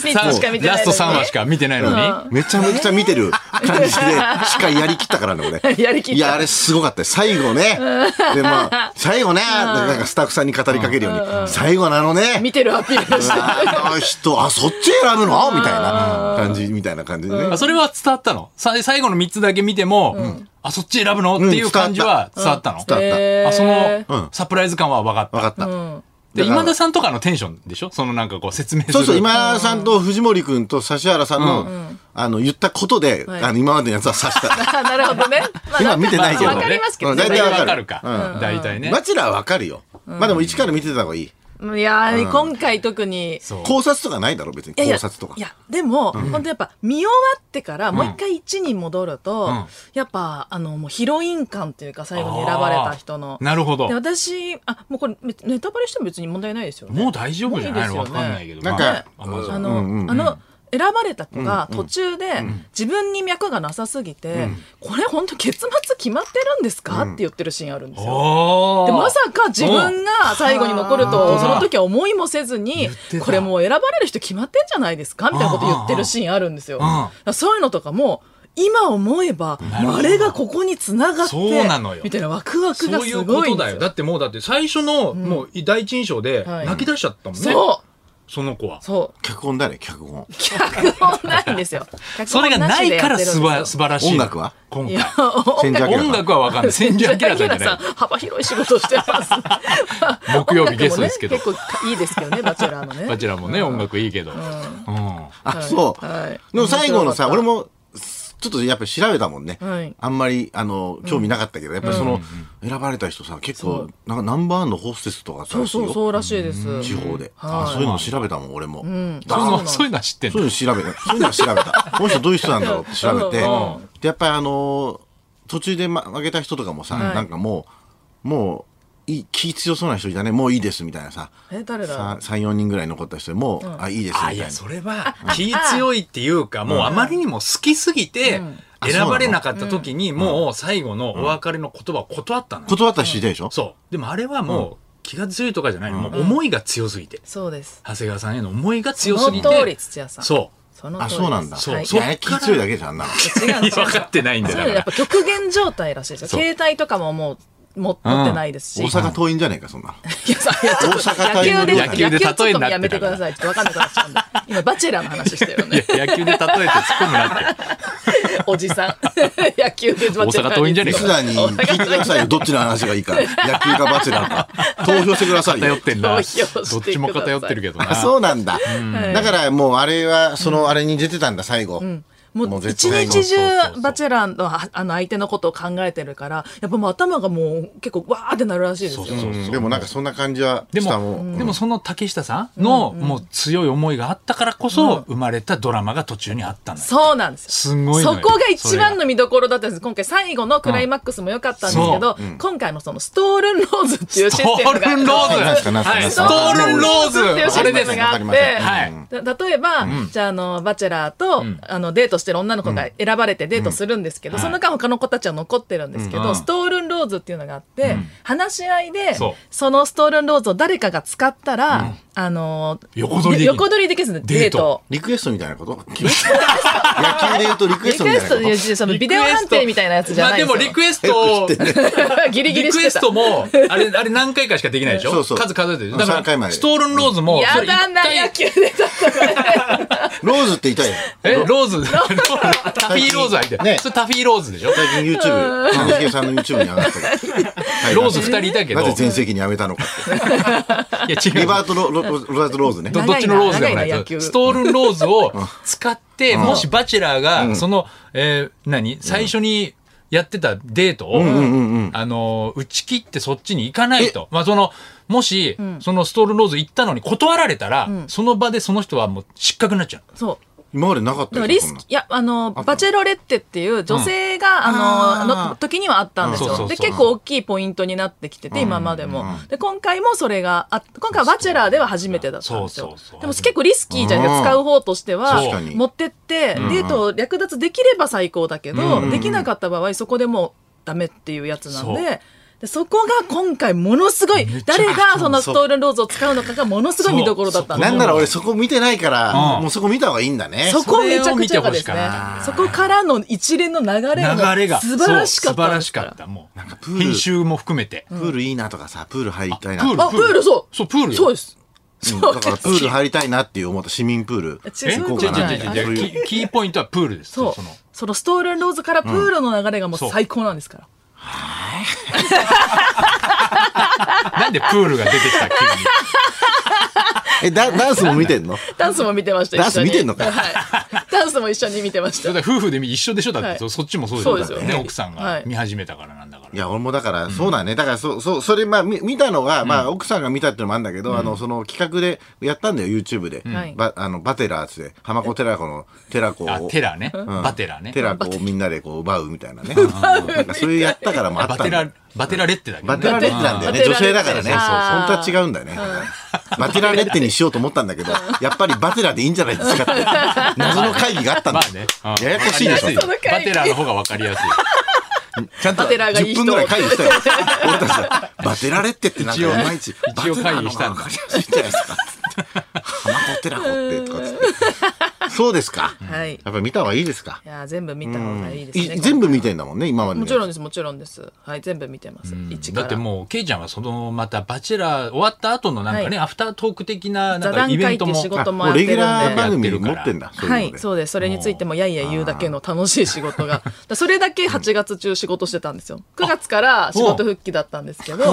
Speaker 3: 三つしか見てないのに。
Speaker 1: ラスト3話しか見てないのに。
Speaker 2: めちゃめちゃ見てる感じ で、しっかりやりきったからね、俺。
Speaker 3: やりきった
Speaker 2: いや、あれすごかったよ最後ね。で、まあ、最後ね、なんかスタッフさんに語りかけるように、最後なのね。
Speaker 3: 見てるアピールして。
Speaker 2: あの人、あ、そっち選ぶのみたいな感じ、みたいな感じでね。
Speaker 1: あそれは伝わったのさ最後の3つだけ見ても、あ、そっち選ぶのっていう感じは伝わったの、
Speaker 2: 伝わった。
Speaker 3: へー
Speaker 1: あ、そ
Speaker 2: うん
Speaker 1: のサプライズ感は分かった。
Speaker 2: わかった。
Speaker 1: で、
Speaker 2: だから
Speaker 1: 今田さんとかのテンションでしょそのなんかこう説明する。
Speaker 2: そうそう、今田さんと藤森くんと指原さんの、あの、言ったことで、
Speaker 3: はい
Speaker 2: あの、今までのやつは指した。
Speaker 3: あなるほどね。まあ
Speaker 2: 今見てないけど
Speaker 3: わかりますけど
Speaker 2: うん大
Speaker 1: 大
Speaker 2: 体
Speaker 1: 体
Speaker 2: わかる
Speaker 1: わかるか。大体ね
Speaker 2: バ。チェラーわかるよ。まあでも一から見てた方がいい。
Speaker 3: いやー、今回特に
Speaker 1: そう
Speaker 2: 考察とかないだろ別に
Speaker 3: いやい
Speaker 2: 考
Speaker 3: や
Speaker 2: 察とか
Speaker 3: いやでも、本当やっぱ見終わってからもう一回一に戻ると、
Speaker 1: ん
Speaker 3: やっぱあのもうヒロイン感というか最後に選ばれた人の
Speaker 1: あーなるほど
Speaker 3: で私あもうこれ別ネタバレしても別に問題ないですよね
Speaker 1: もう大丈夫じゃないの
Speaker 3: もう
Speaker 1: わ
Speaker 3: ですよね
Speaker 1: かんないけど
Speaker 2: なん
Speaker 1: ま
Speaker 2: か
Speaker 1: あ、Amazon
Speaker 3: あの、あの、選ばれた子が途中で自分に脈がなさすぎて、これ本当結末決まってるんですか、って言ってるシーンあるんですよ。
Speaker 1: おー
Speaker 3: でまさか自分が最後に残る
Speaker 1: うん
Speaker 3: とその時は思いもせずに
Speaker 1: 言ってた
Speaker 3: これもう選ばれる人決まってんじゃないですかみたいなこと言ってるシーンあるんですよ。
Speaker 1: うんうんうん
Speaker 3: だからそういうのとかも今思えば
Speaker 1: るほど
Speaker 3: あれがここに繋がって
Speaker 1: そうなのよ
Speaker 3: みたいなワクワクが
Speaker 1: そうい
Speaker 3: す
Speaker 1: うこ
Speaker 3: ごい
Speaker 1: と
Speaker 3: んで
Speaker 1: だ
Speaker 3: す
Speaker 1: よ。
Speaker 3: よ。
Speaker 1: だってもうだって最初のもう第一印象で
Speaker 3: はい
Speaker 1: 泣き出しちゃったもんね。
Speaker 3: そ
Speaker 1: その子は
Speaker 3: う。そう
Speaker 2: 脚本だね脚本
Speaker 3: 脚本ないんですよ。
Speaker 1: それがないから
Speaker 3: 脚
Speaker 1: す
Speaker 3: 本なしでやってるん
Speaker 1: ば
Speaker 3: です
Speaker 1: 素
Speaker 3: よ
Speaker 1: 晴らしい。
Speaker 2: 音楽は
Speaker 1: 今
Speaker 3: い
Speaker 1: 回
Speaker 3: や
Speaker 2: 千住明さん
Speaker 1: 音楽はわかんない。千住明さんじゃない。
Speaker 3: 幅広い仕事してます。
Speaker 1: 木曜日ゲストですけど
Speaker 3: 音楽もね結構いい ですけどね、バチェラーのね。
Speaker 1: バチェラーもね、
Speaker 3: うん
Speaker 1: 音楽いいけど。うん。
Speaker 2: あそう、
Speaker 3: はい
Speaker 2: でも最後のさ
Speaker 3: 面
Speaker 2: 俺
Speaker 3: 白
Speaker 2: も
Speaker 3: か
Speaker 2: すちょっとやっぱり調べたもんね、
Speaker 3: はい
Speaker 2: あんまりあの興味なかったけど、やっぱりその、選ばれた人さ結構なんかナンバーワンのホステスとかさ
Speaker 3: そうそう、そうらしいです。
Speaker 2: 地方で、
Speaker 3: はい
Speaker 2: あそういうの調べたもん俺も、だ
Speaker 1: そういう
Speaker 2: から
Speaker 1: の、そういうのは知ってん
Speaker 2: そういう
Speaker 1: の
Speaker 2: の調べた。そういうのは調べ た。この人どういう人なんだろうって調べて。
Speaker 3: うん
Speaker 2: で、やっぱりあのー途中で、ま、負けた人とかもさ、
Speaker 3: はい
Speaker 2: なんかもう、もう、いい気強そうな人いたね。もういいですみたいなさ。
Speaker 3: え、誰
Speaker 2: さ
Speaker 3: だ
Speaker 2: 3、4人ぐらい残った人でもう、あ、いいですみ
Speaker 1: あ、
Speaker 2: たい
Speaker 1: い
Speaker 2: な
Speaker 1: や、。それは気強いっていうか、もうあまりにも好きすぎて、
Speaker 2: あ
Speaker 1: 選ばれなかった時に、もう最後のお別れの言葉を断ったのよ。
Speaker 2: 断った人いたでしょ
Speaker 1: そう。でもあれはもう気が強いとかじゃないの。もう思いが強すぎて。
Speaker 3: そうです。
Speaker 1: 長谷川さんへの思いが強
Speaker 3: そ
Speaker 1: すぎ
Speaker 3: の
Speaker 1: て。
Speaker 3: 通り、土屋さん。
Speaker 1: そ
Speaker 3: その
Speaker 2: あ、
Speaker 3: 通りです。
Speaker 2: そうなんだ。
Speaker 1: そう
Speaker 3: はい
Speaker 2: いや、気強いだけじゃん、あん なの。
Speaker 3: 違う違う違う
Speaker 1: 分かってないんだよ
Speaker 3: そ
Speaker 1: だ
Speaker 3: う
Speaker 1: から
Speaker 3: やっぱ極限状態らしいですよ。
Speaker 1: そう
Speaker 3: 携帯とかももうも持って ないですし。
Speaker 2: 大阪遠いんじゃねえか、そんな。
Speaker 3: いやさいやちょっと
Speaker 2: 大阪対応
Speaker 3: 野球で
Speaker 1: 野球で
Speaker 3: 野球ちょっとも
Speaker 1: 例え
Speaker 3: うや
Speaker 1: にな
Speaker 3: め
Speaker 1: って
Speaker 3: て
Speaker 1: た
Speaker 3: く
Speaker 1: から
Speaker 3: ださいって分かんなくなっちゃうんで。今、バチェラーの話してるよね。
Speaker 1: う。いや野球で例えて突っ込む なって。
Speaker 3: おじさん。 野球でバチェラ
Speaker 1: 大
Speaker 3: ー
Speaker 1: 阪遠いんじゃねえか
Speaker 2: 石田に聞いてくださいよ。どっちの話がいいか。野球かバチェラーか。 投票してください
Speaker 1: 偏
Speaker 2: よ
Speaker 1: っ。てんな。どっ
Speaker 3: 投票してください
Speaker 1: ちも偏ってるけどな。
Speaker 2: あ、そうなんだ。だからもう、あれは、その、あれに出てたんだ、最後。
Speaker 3: も
Speaker 2: もう
Speaker 3: う
Speaker 2: 絶
Speaker 3: 一
Speaker 2: 対
Speaker 3: 日
Speaker 1: そうそうそう
Speaker 3: 中バチェラーのああの相手のことを考えてるからやっぱもう頭がもう結構わーってなるらしいですよ。
Speaker 1: そう
Speaker 2: うんでもなんかそんな感じは
Speaker 1: で
Speaker 2: した
Speaker 1: も、
Speaker 2: もん
Speaker 1: でもその竹下さんのもう強い思いがあったからこそ生まれたドラマが途中にあったのよ。
Speaker 3: そうなんですよ
Speaker 1: すごいの
Speaker 3: そ
Speaker 1: よ
Speaker 3: こが一番の見どころだったんです今回最後のクライマックスも良かったんですけど、今回のそのストールンローズっていうシ
Speaker 1: ス
Speaker 3: ステ
Speaker 1: ト
Speaker 3: ムが
Speaker 1: ールンロ
Speaker 2: なん
Speaker 1: ーズ
Speaker 2: すかなんすか
Speaker 1: は
Speaker 2: な
Speaker 1: い、
Speaker 2: んす
Speaker 1: ス
Speaker 2: か
Speaker 1: トールンローズこ
Speaker 3: そ
Speaker 1: れ
Speaker 3: れで
Speaker 1: ですす。
Speaker 3: があ
Speaker 2: わ
Speaker 3: っ
Speaker 2: かり
Speaker 3: て、
Speaker 2: ました
Speaker 1: はい
Speaker 3: だ例えば、じゃああのバチェラーと、あのデートしてる女の子が選ばれてデートするんですけど、その間他の子たちは残ってるんですけど、
Speaker 1: うん
Speaker 3: ストールンローズっていうのがあって、話し合いで
Speaker 1: そ
Speaker 3: そうのストールンローズを誰かが使ったら、あの
Speaker 1: 横取りできる
Speaker 3: 横取りできずデート
Speaker 1: デート
Speaker 2: リクエストみたいなこと野球で言うとリクエ
Speaker 3: リ
Speaker 2: スト
Speaker 3: ク
Speaker 2: み
Speaker 3: エ
Speaker 2: た
Speaker 3: スト
Speaker 2: いな
Speaker 3: で
Speaker 2: こ
Speaker 3: そのビデオ判定みたいなやつじゃないんです
Speaker 1: まあ
Speaker 3: よ、
Speaker 1: でもリクエストを、
Speaker 3: ギリギ
Speaker 1: リ
Speaker 3: リし
Speaker 1: ク
Speaker 3: て
Speaker 1: エス
Speaker 3: た
Speaker 1: トも、あれ、あれ何回かしかできないでしょ
Speaker 2: そうそう
Speaker 1: 数数えてるでしょ
Speaker 2: うん
Speaker 1: だ
Speaker 2: 三
Speaker 1: か
Speaker 2: 回ま
Speaker 1: ら、
Speaker 2: で
Speaker 1: ストールンローズも、そ
Speaker 3: や
Speaker 1: れ一
Speaker 3: だな
Speaker 1: 回
Speaker 3: 野球で
Speaker 2: とローズって言いたいよ
Speaker 1: え、ローズ、 タフィーローズ相手。
Speaker 2: ね
Speaker 1: それタフィーローズでしょ
Speaker 2: 最近 YouTube 一茂さんの YouTube に上がったけど はい
Speaker 1: ローズ二人いたけど、
Speaker 2: なぜ
Speaker 1: い
Speaker 2: 全盛期にやめたのかって
Speaker 1: や違
Speaker 2: リ
Speaker 1: う。
Speaker 2: バートロロロロザーズローズね
Speaker 1: どどっちのローズでもな
Speaker 3: 長いない野球
Speaker 1: ストールンローズを使って、もしバチェラーが、その、えー何最初にやってたデートを、あのー、打ち切ってそっちに行かないと。まあ、その、もし、そのストールンローズ行ったのに断られたら、その場でその人はもう失格になっちゃう。
Speaker 3: そう
Speaker 2: 今までなかった
Speaker 3: でも
Speaker 2: よ
Speaker 3: リ
Speaker 2: そ
Speaker 3: ス
Speaker 2: んな
Speaker 3: クいやあのバチェロレッテっていう女性が、あのの時にはあったんです
Speaker 1: うん
Speaker 3: よ、
Speaker 1: そうそう
Speaker 3: で
Speaker 1: そう
Speaker 3: 結構大きいポイントになってきてて、今までも、で今回もそれがあ今回はバチェラーでは初めてだったんですよ
Speaker 1: そうそうそう
Speaker 3: でも結構リスキーじゃないですか、使う方としては
Speaker 1: 確
Speaker 2: かに
Speaker 3: 持ってってデートを略奪できれば最高だけど、できなかった場合そこでもうダメっていうやつなん
Speaker 1: そ
Speaker 3: で。でそこが今回ものすごい誰がそのストールンローズを使うのかがものすごい見どころだったんです
Speaker 2: な
Speaker 3: よ
Speaker 2: んなら俺そこ見てないから、
Speaker 1: うん
Speaker 2: もうそこ見た方がいいんだね
Speaker 3: そこめちゃくちゃ良かったです
Speaker 1: それを見てほしか
Speaker 3: ね
Speaker 1: った。
Speaker 3: そこからの一連の流れが
Speaker 1: 流れが。
Speaker 3: 素晴らしか
Speaker 1: そう素晴
Speaker 3: った
Speaker 1: ら
Speaker 3: で
Speaker 1: し
Speaker 3: す。
Speaker 1: からった。もう、
Speaker 2: プール
Speaker 1: 編集も含めて。
Speaker 2: プールいいなとかさプール入りたいな
Speaker 1: プール
Speaker 3: あ、プールそう。
Speaker 1: そうプールよ
Speaker 3: そうです。
Speaker 2: うん
Speaker 3: そ
Speaker 2: だ
Speaker 3: う
Speaker 2: から
Speaker 3: で
Speaker 2: プー
Speaker 3: す
Speaker 2: ル。入りたいなっていう思った市民プール
Speaker 3: え
Speaker 1: え
Speaker 2: 行こうかな
Speaker 3: 違
Speaker 2: み
Speaker 3: う
Speaker 2: た
Speaker 3: 違
Speaker 2: いな
Speaker 3: う違
Speaker 2: そういう
Speaker 1: キキーポイントはプールです。
Speaker 3: そう
Speaker 1: の。
Speaker 3: そのストールンローズからプールの流れがもう最高なんですから。
Speaker 1: なんでプールが出てきた急に。
Speaker 2: えダダンスも見てんの
Speaker 3: ダンスも見てました。一緒に
Speaker 2: ダンス見てんのか
Speaker 3: はい。ダンスも一緒に見てまし
Speaker 1: だ
Speaker 3: た
Speaker 1: っ。て夫婦で一緒でしょだって、
Speaker 3: はい
Speaker 1: そそっちもそうでし
Speaker 3: そ
Speaker 1: ょ
Speaker 3: うですよ
Speaker 1: だってね奥さん
Speaker 3: は
Speaker 1: が
Speaker 3: い
Speaker 1: 見始めたからなんだから、から
Speaker 2: いや、俺もだから、そうだね。だから、そ、そ、それ、まあ、み見たのが、まあ、奥さんが見たっていうのもあるんだけど、あの、その企画でやったんだよ、YouTube で。
Speaker 3: はい
Speaker 2: ば、あの、バテラーズで、浜子寺子の寺子
Speaker 1: あ
Speaker 2: を。
Speaker 1: テラね、バテラね
Speaker 2: 寺子をみんなでこう奪うみたいなね。なんかそういうやったからもあっ
Speaker 1: バ
Speaker 2: た
Speaker 1: テ
Speaker 2: んだ
Speaker 1: ラバテラレッテだけど
Speaker 2: バテラレッテなんだよね。
Speaker 3: バテ
Speaker 2: 女
Speaker 3: ラ
Speaker 2: 性
Speaker 3: レッテ
Speaker 2: だからね。
Speaker 3: そうそう
Speaker 2: 本当は違うんだよね。バテラレッテにしようと思ったんだけど、やっぱりバテラでいいんじゃないですか って。謎の会議があったん
Speaker 1: ま
Speaker 2: だ
Speaker 1: あねうん
Speaker 2: ややこしいでしょ
Speaker 1: わかり。やすいバテラの方が分かりや すい
Speaker 2: ちゃんと
Speaker 3: バテラが
Speaker 2: 10
Speaker 3: いい人
Speaker 2: 分ぐらい会議したよ。俺たちはバテラレッテってなんかいまいち、バ
Speaker 1: 一応
Speaker 2: テラ
Speaker 1: 会議したんだ
Speaker 2: の方が分かりやすいじゃないですか。花子テラ子ってとかつって。そうですか。
Speaker 3: はい。い
Speaker 2: やっぱり見た方がいいですか。
Speaker 3: や、全部見た方がいいですね。
Speaker 2: い全部見てんだもんね、今までの
Speaker 3: も
Speaker 2: やつ。
Speaker 3: ちろんです、もちろんです。はい、全部見てます。一か
Speaker 1: だ
Speaker 3: ら。
Speaker 1: ってもうケイちゃんはそのまたバチェラー終わった後のなんかね、
Speaker 3: はい
Speaker 1: アフタートーク的ななん
Speaker 3: 座
Speaker 1: かイ
Speaker 3: 談
Speaker 1: ベ
Speaker 3: 会
Speaker 1: ン
Speaker 3: って
Speaker 1: ト
Speaker 3: いう
Speaker 1: も
Speaker 3: 仕事も
Speaker 2: あ
Speaker 3: や
Speaker 2: も
Speaker 3: っ
Speaker 2: う
Speaker 3: て
Speaker 2: レギ
Speaker 3: るんで。
Speaker 2: ュラー番組持ってんだ。そう
Speaker 3: は
Speaker 2: いうの
Speaker 3: い、
Speaker 2: で
Speaker 3: そうです。それについても、やいや言うだけの楽しい仕事が。だからそれだけ8月中仕事してたんですよ。9月から仕事復帰だったんですけど、や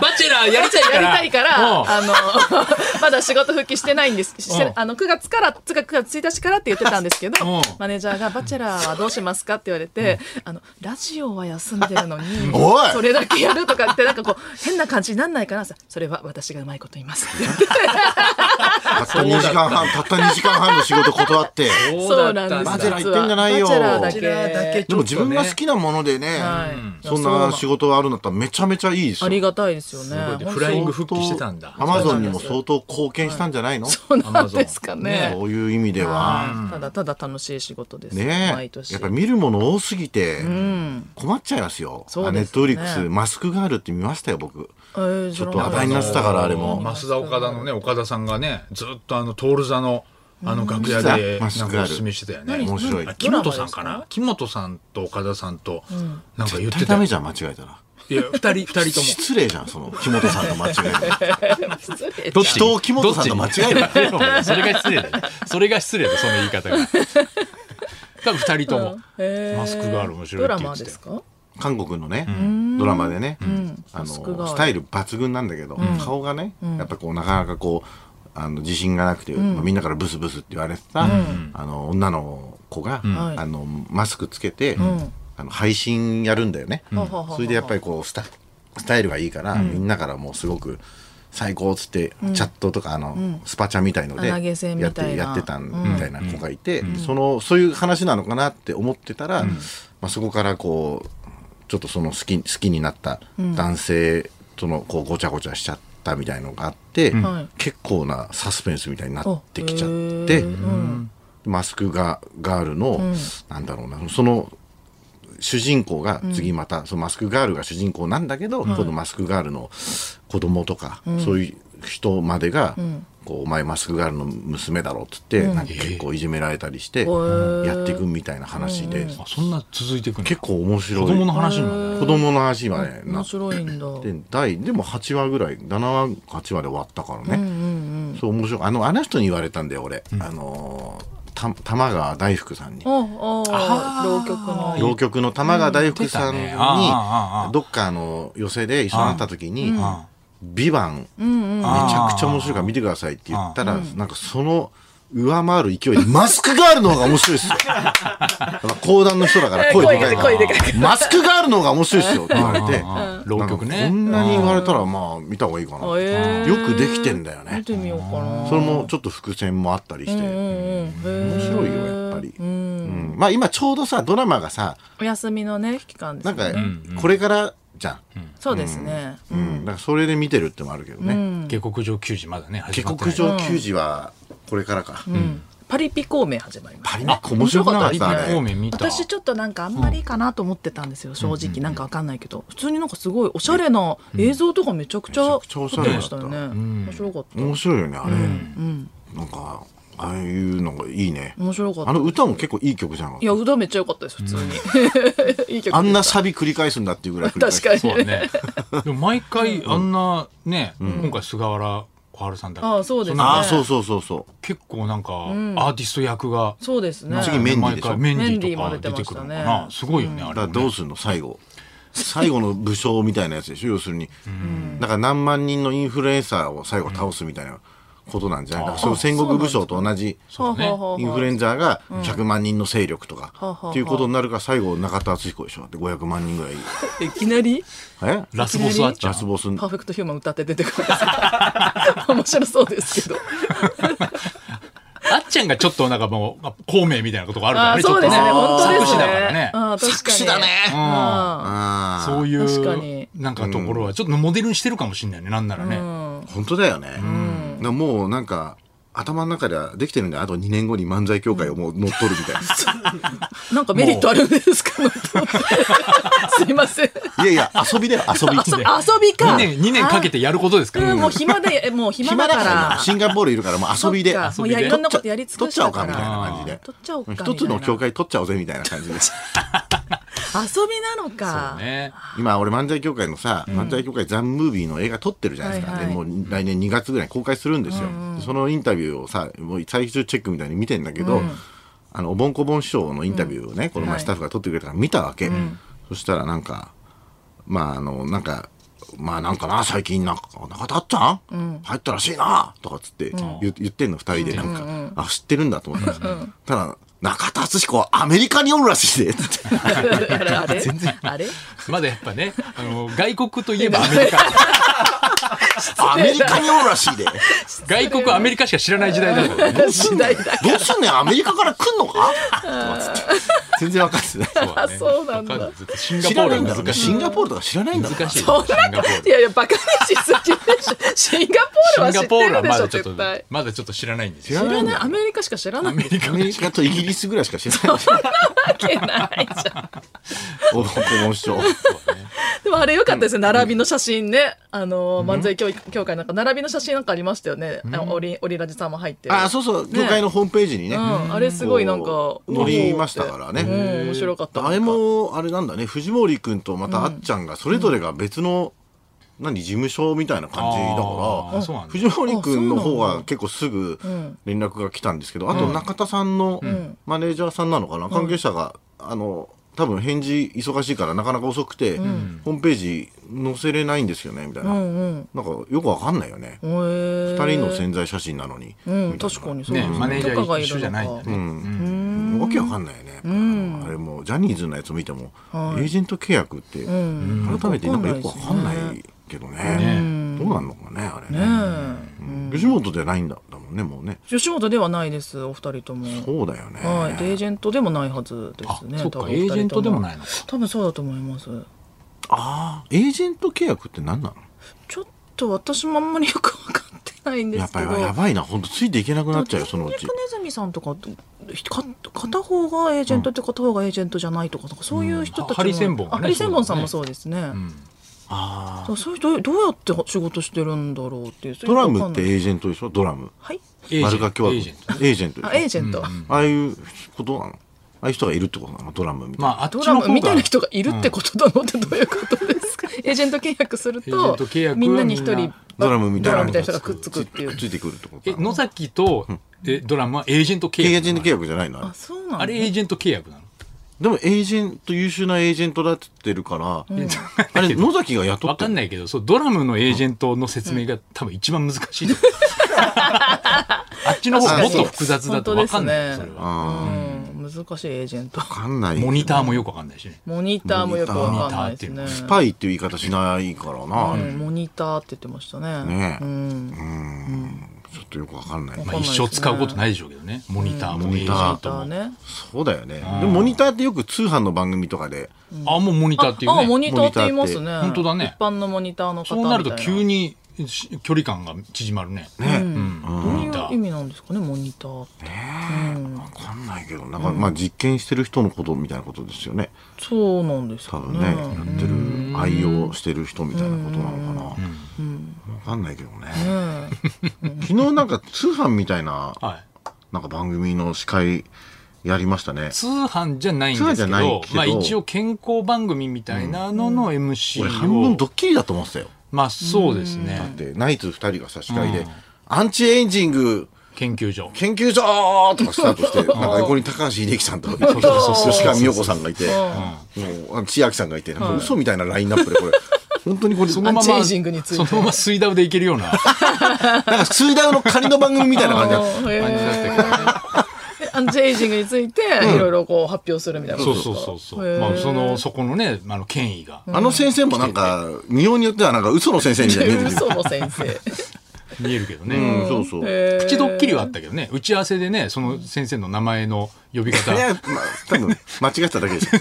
Speaker 1: バチェラーやりたいから
Speaker 3: りたいか
Speaker 1: うん
Speaker 3: ら、あの、 まだ仕事復帰してないんです。し
Speaker 1: うん
Speaker 3: あの、9月から、つか9月1日からって言ってたんですけど
Speaker 1: うん、
Speaker 3: マネージャーが、バチェラーはどうしますかって言われて、あの、ラジオは休んでるのに
Speaker 2: おい、
Speaker 3: それだけやるとかって、なんかこう、変な感じになんないかなさ、それは私がうまいこと言いますって言って。
Speaker 2: たった2時間半、たった2時間半の仕事断って。
Speaker 3: そうなんです。
Speaker 2: バチェラー行
Speaker 3: 実は
Speaker 2: ってんじゃないよ
Speaker 3: バチェラー
Speaker 1: バ
Speaker 3: だ
Speaker 1: チ
Speaker 3: け。
Speaker 1: ェラーだけ
Speaker 2: でも自分が好
Speaker 1: ち
Speaker 2: きなものでね、
Speaker 3: はい
Speaker 2: そんな仕事があるんだったらめちゃめちゃいいです
Speaker 3: あ
Speaker 2: よ。
Speaker 3: りがたいですよ
Speaker 1: ょっと
Speaker 3: ね。
Speaker 1: ねフライング復帰してたんだ
Speaker 2: アマゾンにも相当貢献したんじゃないの、そ
Speaker 3: そうなんですかね。
Speaker 2: ういう意味では。
Speaker 3: はいただただ楽しい仕事です。毎
Speaker 2: ねえ。
Speaker 3: 年。
Speaker 2: やっぱ見るもの多すぎて
Speaker 3: ん、
Speaker 2: 困っちゃいますよ。
Speaker 3: そうです
Speaker 2: ネ
Speaker 3: ね
Speaker 2: ットフリックス、マスクガールって見ましたよ、僕。
Speaker 3: えー
Speaker 2: ち
Speaker 3: 知
Speaker 2: ょっ
Speaker 3: ら
Speaker 2: と
Speaker 3: な
Speaker 2: 話
Speaker 3: か
Speaker 2: 題になってたから、あれも。
Speaker 1: 増田岡田のね岡田さんがねずっとあのトール座のあの楽屋
Speaker 2: う
Speaker 1: で
Speaker 2: ん
Speaker 1: なんかおすすめしてたよね
Speaker 2: 面白い
Speaker 1: あ。木本さんかな木本さんと岡田さんとなんか言っ
Speaker 2: 絶対
Speaker 1: てた
Speaker 2: ダ
Speaker 1: よ
Speaker 2: メ
Speaker 1: い
Speaker 2: じゃん、間違えたら。
Speaker 1: や二人二人とも
Speaker 2: 失礼じゃん、その、木本さんと間違え
Speaker 3: 失礼
Speaker 2: る。人を木本さんと間違える
Speaker 1: えろそれが失礼だよそれが失礼だよその言い方が 多分二人とも
Speaker 3: えー
Speaker 1: マスクガール面白い
Speaker 3: ド
Speaker 1: って言
Speaker 3: ラ
Speaker 1: っ
Speaker 3: マ
Speaker 1: て
Speaker 3: で
Speaker 1: たよ
Speaker 3: すか。
Speaker 2: 韓国のね、ドラマでね、あの
Speaker 3: マスクが
Speaker 2: スタイル抜群なんだけど、顔がね、やっぱこうなかなかこうあの自信がなくて、まあみんなからブスブスって言われてた、あの女の子が、
Speaker 3: はい
Speaker 2: あのマスクつけて、あの配信やるんだよね、
Speaker 3: ほうほうほうほう
Speaker 2: それでやっぱりこうスタスタイルがいいから、みんなからもうすごく最高っつって、チャットとかあの、スパチャみたいので
Speaker 3: 穴毛線
Speaker 2: やっ
Speaker 3: み
Speaker 2: た
Speaker 3: い
Speaker 2: て
Speaker 3: な
Speaker 2: やってたんみたいな子がいて、そのそういう話なのかなって思ってたら、まあ、そこからこうちょっとその好き好きになった男性とのこうごちゃごちゃしちゃったみたいのがあって、
Speaker 3: はい
Speaker 2: 結構なサスペンスみたいになってきちゃ
Speaker 3: おへ
Speaker 2: って、
Speaker 3: ーうん
Speaker 2: マスクがガールの、なんだろうなその主人公が次また、そのマスクガールが主人公なんだけど、このマスクガールの子供とか、そういう人までが、こうお前マスクガールの娘だろっつって、なんか結構いじめられたりして、
Speaker 3: ー
Speaker 2: やっていくみたいな話で、
Speaker 1: あそんな続いていくんだ
Speaker 2: 結構面白い
Speaker 1: 子供の話にもなる
Speaker 2: 子供の話までな
Speaker 3: 面
Speaker 2: って
Speaker 3: 白いんだ。
Speaker 2: で第でも8話ぐらい7話8話で終わったからね、そう面白いあのあの人に言われたんだよ俺、あのーた玉川大福さんに
Speaker 3: おあ浪曲の。
Speaker 2: 浪曲の玉川大福さん
Speaker 1: うん
Speaker 2: に
Speaker 1: 言ってたねああああああ
Speaker 2: どっかあの寄席で一緒になった時に
Speaker 1: あ
Speaker 2: 「美版めちゃくちゃ面白いから見てください」って言ったらなんかその上回る勢いでマスクガールの方が面白いっす よ。やっぱ講談の人だ から声でかい
Speaker 3: 声でかい声
Speaker 2: か
Speaker 3: で
Speaker 2: ら。マスクガールの方が面白いっすよって言われて
Speaker 1: ああ浪曲ね
Speaker 2: こんなに言われたらまあ見た方がいいかな。
Speaker 3: あへー
Speaker 2: よくできてんだよね
Speaker 3: 見。てみようかな。
Speaker 2: それもちょっと伏線もあったりして面
Speaker 3: 面
Speaker 2: 白いよやっぱり。うんまあ今ちょうどさドラマがさ
Speaker 3: お休みのね期間です
Speaker 2: なん
Speaker 3: ね。
Speaker 2: かこれからじゃん。
Speaker 3: そうですね。
Speaker 2: うん、だからそれで見てるってのもあるけどね、
Speaker 1: 下克上球児まだね始
Speaker 2: 下
Speaker 1: まって
Speaker 2: 克
Speaker 1: ない
Speaker 2: 上球児はこれからか、
Speaker 3: パリピ孔明始まります。
Speaker 2: パリック面白くなかった
Speaker 3: 面白か
Speaker 2: あ
Speaker 3: ったです
Speaker 2: れ
Speaker 3: ね
Speaker 1: 方面見た
Speaker 3: 私ちょっとなんかあんまりいいかなと思ってたんですよ、正直なんかわかんないけど普通になんかすごいおしゃれな映像とかめちゃくちゃ
Speaker 2: めちゃくちゃおしゃれだ
Speaker 3: ま
Speaker 2: っ
Speaker 3: したたよね面白かった
Speaker 2: 面白いよねあれ、なんかああいうのがいいね
Speaker 3: 面白かった
Speaker 2: あの歌も結構いい曲じゃん
Speaker 3: いや歌めっちゃ良かったです普通に いい曲
Speaker 2: あんなサビ繰り返すんだっていうぐらい繰り返す
Speaker 3: 確かに
Speaker 1: そうね。 でも毎回あんなね、今回菅原小春さんだ
Speaker 3: あ
Speaker 1: か
Speaker 3: あそうですね
Speaker 2: ああそうそうそうそう
Speaker 1: 結構なんかアーティスト役が
Speaker 3: そうですね
Speaker 2: 次メンディーでしょ
Speaker 1: 毎回メンディ
Speaker 3: メンディー
Speaker 1: ー
Speaker 3: も
Speaker 1: と
Speaker 3: 出
Speaker 1: か出て
Speaker 3: て
Speaker 1: く
Speaker 3: まし
Speaker 1: る
Speaker 3: た
Speaker 1: のか
Speaker 3: ね
Speaker 1: な。すごいよねあ
Speaker 2: だ
Speaker 1: れ
Speaker 2: か
Speaker 1: も
Speaker 2: ら
Speaker 1: ね。
Speaker 2: どうするの最後最後の武将みたいなやつでしょ要するに、だから何万人のインフルエンサーを最後倒すみたいな、ことなんじゃないだからその戦国武将と同じ
Speaker 3: ほうほうほう
Speaker 2: インフルエンザが100万人の勢力とか、
Speaker 3: ほうほうほう
Speaker 2: っていうことになるから最後中田敦彦でしょで500万人ぐらい
Speaker 3: いきなり
Speaker 2: え
Speaker 1: ラスボスあっちゃ
Speaker 2: ラ
Speaker 1: う
Speaker 2: スボス
Speaker 3: パーフェクトヒューマン歌って出てくるんですか 面白そうですけど。
Speaker 1: あっちゃんがちょっとなんかもう、孔明みたいなことがあるから
Speaker 3: あ
Speaker 1: ね、
Speaker 3: ー
Speaker 1: ちょ
Speaker 3: そ
Speaker 1: っ
Speaker 3: う
Speaker 1: と
Speaker 3: ですね、
Speaker 1: ね。
Speaker 3: 本当です
Speaker 1: 作詞
Speaker 3: ね。
Speaker 1: だからね
Speaker 3: あー
Speaker 2: 作詞だね。
Speaker 3: あ
Speaker 2: あー
Speaker 1: そうい
Speaker 3: 確かに
Speaker 1: う、なんかところは、ちょっとモデルにしてるかもしれないね、なんならね。
Speaker 2: 本当だよね、なもうなんか頭の中ではできてるんだよあと2年後に漫才協会をもう乗っ取るみ たい
Speaker 3: ーなんかメリットあるんですか すいません。
Speaker 2: ないやいや遊びだよ遊び
Speaker 3: あそ遊びか。
Speaker 1: 2年、2年かけてやることですか
Speaker 3: あー。
Speaker 1: ら
Speaker 3: うん、もう暇で、えもう暇だから。
Speaker 2: シンガポールいるからもう遊びで
Speaker 3: そっかもう
Speaker 1: 遊び
Speaker 3: や
Speaker 1: で
Speaker 3: いろんなことやり尽
Speaker 2: 取
Speaker 3: く
Speaker 2: っ
Speaker 3: し
Speaker 2: ちゃお
Speaker 3: た
Speaker 2: うかみ
Speaker 3: か
Speaker 2: たいな
Speaker 3: ら。
Speaker 2: 感じで
Speaker 3: 取っちゃおうかみたいな
Speaker 2: 一つの協会取っちゃおうぜみたいな感じで
Speaker 3: 遊びなのか。
Speaker 1: ね。
Speaker 2: 今俺漫才協会のさ、漫才協会ザンムービーの映画撮ってるじゃないですか、
Speaker 3: はいはい
Speaker 2: でもう来年2月ぐらいに公開するんですよ、そのインタビューをさもう最終チェックみたいに見てんだけど、あのおぼんこぼん師匠のインタビューをね、この
Speaker 3: は
Speaker 2: 前
Speaker 3: い
Speaker 2: スタッフが撮ってくれたから見たわけ、そしたらなんかまああのなんかまあなんかな最近なんか中田あっちゃん、入ったらしいなとかっつって言,、言ってんの二人でなんか、あ知ってるんだと思ったんですよ、ただ中田敦彦はアメリカにおるらしい でっつって
Speaker 3: あれ あれあれ
Speaker 1: まだやっぱね、あの、外国といえばアメリカ。
Speaker 2: アメリカにおるらしいで。
Speaker 1: 外国、アメリカしか知らない時代だからね。
Speaker 3: 次第だ。
Speaker 2: どうすんねんアメリカから来んのかとかつって全然わかんない
Speaker 3: あ、そうな
Speaker 1: わ
Speaker 3: ん
Speaker 1: か
Speaker 3: だ
Speaker 1: る。シンガ
Speaker 2: 知
Speaker 1: ポ
Speaker 2: ら
Speaker 1: ー
Speaker 2: ないん
Speaker 1: ル
Speaker 2: だ
Speaker 1: は
Speaker 2: ろうね
Speaker 1: 難し
Speaker 2: シ
Speaker 1: い。
Speaker 2: ンガポールとか知らないんだろうな
Speaker 1: 難しい。シン
Speaker 3: そんな
Speaker 1: ガポー
Speaker 3: い
Speaker 1: ル。
Speaker 3: やいや、バカにしすぎでしょ。シンガポール
Speaker 1: シ
Speaker 3: は
Speaker 1: ン
Speaker 3: 知
Speaker 1: ガ
Speaker 3: っ
Speaker 1: ポー
Speaker 3: て
Speaker 1: ル
Speaker 3: る
Speaker 1: は
Speaker 3: で
Speaker 1: ま
Speaker 3: しょ、
Speaker 1: だちょっと
Speaker 3: 絶対。、
Speaker 1: まだちょっと知らないんです
Speaker 2: 知
Speaker 1: よ。
Speaker 3: 知
Speaker 2: らな
Speaker 3: ら
Speaker 2: いん
Speaker 3: ない、
Speaker 2: だ
Speaker 3: アメリカしか知らない
Speaker 1: ア
Speaker 3: わ
Speaker 1: メリカ
Speaker 2: アメリカとイギリスぐらいしか 知らない
Speaker 3: けないじゃん。
Speaker 2: おぼん師匠
Speaker 3: でもあれ良かったですね、並びの写真ね。あの、漫才協協会なんか、並びの写真なんかありましたよね。あオリ、オリラジさんも入ってる。
Speaker 2: あそうそう業界のホームページにね
Speaker 3: うん、あれすごいなんか
Speaker 2: こ。う載りましたから
Speaker 3: う
Speaker 2: ね
Speaker 3: ん、面白かった。
Speaker 2: あれもあれなんだね藤森君とまたあっちゃんがそれぞれが別の何事務所みたいな感じだ
Speaker 1: あ
Speaker 2: か
Speaker 1: ー
Speaker 2: ら
Speaker 1: そうなんだ
Speaker 2: 藤森君の方は結構すぐ連絡が来たんですけどあと中田さんのマネージャーさんなのかな関係者があの多分返事忙しいからなかなか遅くてホームページ載せれないんですよねみたいななんかよくわかんないよね
Speaker 3: へー、
Speaker 2: 2人の宣材写真なのに
Speaker 3: うん、
Speaker 2: みたいな
Speaker 3: 確かにそうで
Speaker 1: ね、
Speaker 3: す
Speaker 1: マネージャ
Speaker 3: 許可
Speaker 1: ー
Speaker 3: がいる
Speaker 1: 一緒
Speaker 3: のか
Speaker 1: じゃないんだね。
Speaker 2: わけわかんないよね、あれもうジャニーズのやつ見ても、エージェント契約って改めてなんかよくわかんないけどね、どうなんのかねあれねうん吉本じゃないんだだもんねもうね
Speaker 3: 吉本ではないです、お二人とも。
Speaker 2: そうだよね、
Speaker 3: はい、でエージェントでもないはずですね。
Speaker 1: あそっか
Speaker 3: 多分お二人
Speaker 1: エー
Speaker 3: と
Speaker 1: ジェントでもないのか
Speaker 3: 多分そうだと思います。
Speaker 2: ああエージェント契約って何なの
Speaker 3: ちょっと私もあんまりよく分かってないんで
Speaker 2: や
Speaker 3: す
Speaker 2: っぱ
Speaker 3: け
Speaker 2: り
Speaker 3: ど。
Speaker 2: やばいなほんとついていけなくなっちゃうよそのう
Speaker 3: ニ
Speaker 2: ち
Speaker 3: クネズミさんとかか片方がエージェントって片方がエージェントじゃないとかなんかそういう人たちも、
Speaker 1: うんハリセンボンがね
Speaker 3: あハリセンボンさんもそうですね。
Speaker 2: あ
Speaker 3: そうそういう人どうやって仕事してるんだろうっていう
Speaker 2: ードラムって
Speaker 3: そういう
Speaker 2: エージェントでしょドラム
Speaker 3: はい
Speaker 1: エージ
Speaker 2: 丸
Speaker 1: ェン
Speaker 2: 楽は
Speaker 1: ト
Speaker 2: エ
Speaker 1: エー
Speaker 2: ージ
Speaker 1: ジ
Speaker 2: ェ
Speaker 1: ェ
Speaker 2: ン
Speaker 1: ン
Speaker 2: ト
Speaker 1: ト。
Speaker 2: エージェント
Speaker 3: あエージェント、
Speaker 2: ああいうことなのああいう人がいるってことなのドラムみたいな、
Speaker 1: まあ、あっち
Speaker 3: ド
Speaker 1: の
Speaker 3: ラ
Speaker 1: 方
Speaker 3: ム
Speaker 1: が
Speaker 3: みたいな人がいるってことなのってどういうことですかエージェント契約する
Speaker 1: エージェ
Speaker 3: と
Speaker 1: ント契約は
Speaker 3: みんなに一
Speaker 1: みん
Speaker 3: 人
Speaker 1: な
Speaker 2: ドラムみたいな
Speaker 3: ドラムみたいな人がくっつくっていう
Speaker 2: くっついてくるってこと
Speaker 1: え
Speaker 2: なの
Speaker 1: 野崎とえドラムはエージェント契約
Speaker 2: エ
Speaker 1: な
Speaker 2: ー
Speaker 1: の
Speaker 2: ジェント契約じゃないのあれ
Speaker 3: あそうなんだ
Speaker 1: あれエージェント契約なの
Speaker 2: でもエージェント優秀なエージェントだって言ってるから、あれ野崎が雇って
Speaker 1: わかん
Speaker 2: い
Speaker 1: ないけどそうドラムのエージェントの説明が多分一番難しいと思うあっちの方がもっと複雑だとわかんないよそ
Speaker 3: 確
Speaker 1: れ
Speaker 3: かに
Speaker 1: は
Speaker 3: うん難しいエージェント
Speaker 2: わかんない
Speaker 1: モニターもよくわかんないしね
Speaker 3: モニターもよくわかんないですね
Speaker 2: スパイっていう言い方しないからな、
Speaker 3: うんモニターって言ってましたね
Speaker 2: ねえ
Speaker 3: うん
Speaker 2: ちょっとよくわかんない、
Speaker 1: まあ一生使うことないでしょうけどねモニターもエージ
Speaker 3: モ
Speaker 1: ェ
Speaker 3: ニ
Speaker 1: ン
Speaker 3: タ
Speaker 1: ト
Speaker 3: ー
Speaker 1: も
Speaker 3: ね
Speaker 2: そうだよね、でもモニターってよく通販の番組とかで
Speaker 1: あもうモニターっていう
Speaker 3: あモ
Speaker 1: ね
Speaker 3: ニターって言います
Speaker 2: モ
Speaker 3: ね
Speaker 1: 本当だね
Speaker 3: 一般のモニターの方
Speaker 1: そ
Speaker 3: み
Speaker 1: う
Speaker 3: た
Speaker 1: ないると急にし距離感が縮まるね
Speaker 2: ね、
Speaker 1: うん
Speaker 3: どう
Speaker 1: モ
Speaker 3: い
Speaker 1: ニタ
Speaker 3: う意
Speaker 1: ー
Speaker 3: 味なんですかねモニターって
Speaker 2: わかんないけどなんか、まあ実験してる人のことみたいなことですよね
Speaker 3: そうなんです
Speaker 2: 多
Speaker 3: か
Speaker 2: 分ね、やってる愛用してる人みたいなことなのかな、わかんないけどね、昨日なんか通販みたいな
Speaker 1: はい
Speaker 2: なんか番組の司会やりましたね。
Speaker 1: 通販じゃないんです
Speaker 2: 通販じゃ
Speaker 1: けど
Speaker 2: ないけど
Speaker 1: まあ、一応健康番組みたいなのの MC を、
Speaker 2: 俺半分ドッキリだと思ってたよ。
Speaker 1: まあそうですね
Speaker 2: で、ナイツ二人がさ、司会で、アンチエイジング
Speaker 1: 研究所
Speaker 2: 研究所とかスタートして、なんか横に高橋秀樹さんと、吉川美代子さんがいて、もうあの千秋さんがいて、なんか嘘みたいなラインナップでこれ、本当にこれ、
Speaker 1: そ
Speaker 2: な
Speaker 1: の
Speaker 2: ん
Speaker 1: まま、
Speaker 3: アンチエイジングについ
Speaker 1: そ
Speaker 3: て
Speaker 1: のまま水ダウでいけるような
Speaker 2: か水ダウの仮の番組みたいな感じだ
Speaker 3: おーへー
Speaker 1: 感じだったけど。
Speaker 3: でアンチエイジングについていろいろこう発表するみたいなこ
Speaker 1: そ
Speaker 3: と
Speaker 1: う
Speaker 3: ですか
Speaker 1: そうそうそう。まあ、その、そこのね、あの、権威が。
Speaker 2: あの先生もなんか、日本によってはなんか嘘の先生みたいに出てく
Speaker 3: 嘘
Speaker 2: る。
Speaker 3: の先生
Speaker 1: 見えるけど
Speaker 2: う
Speaker 1: ね。
Speaker 2: ん、そうそう。い
Speaker 1: プチドッキリはあったけどね、打ち合わせでね、その先生の名前の呼び方、
Speaker 2: や、まあ、多分、間違ってただけです よ。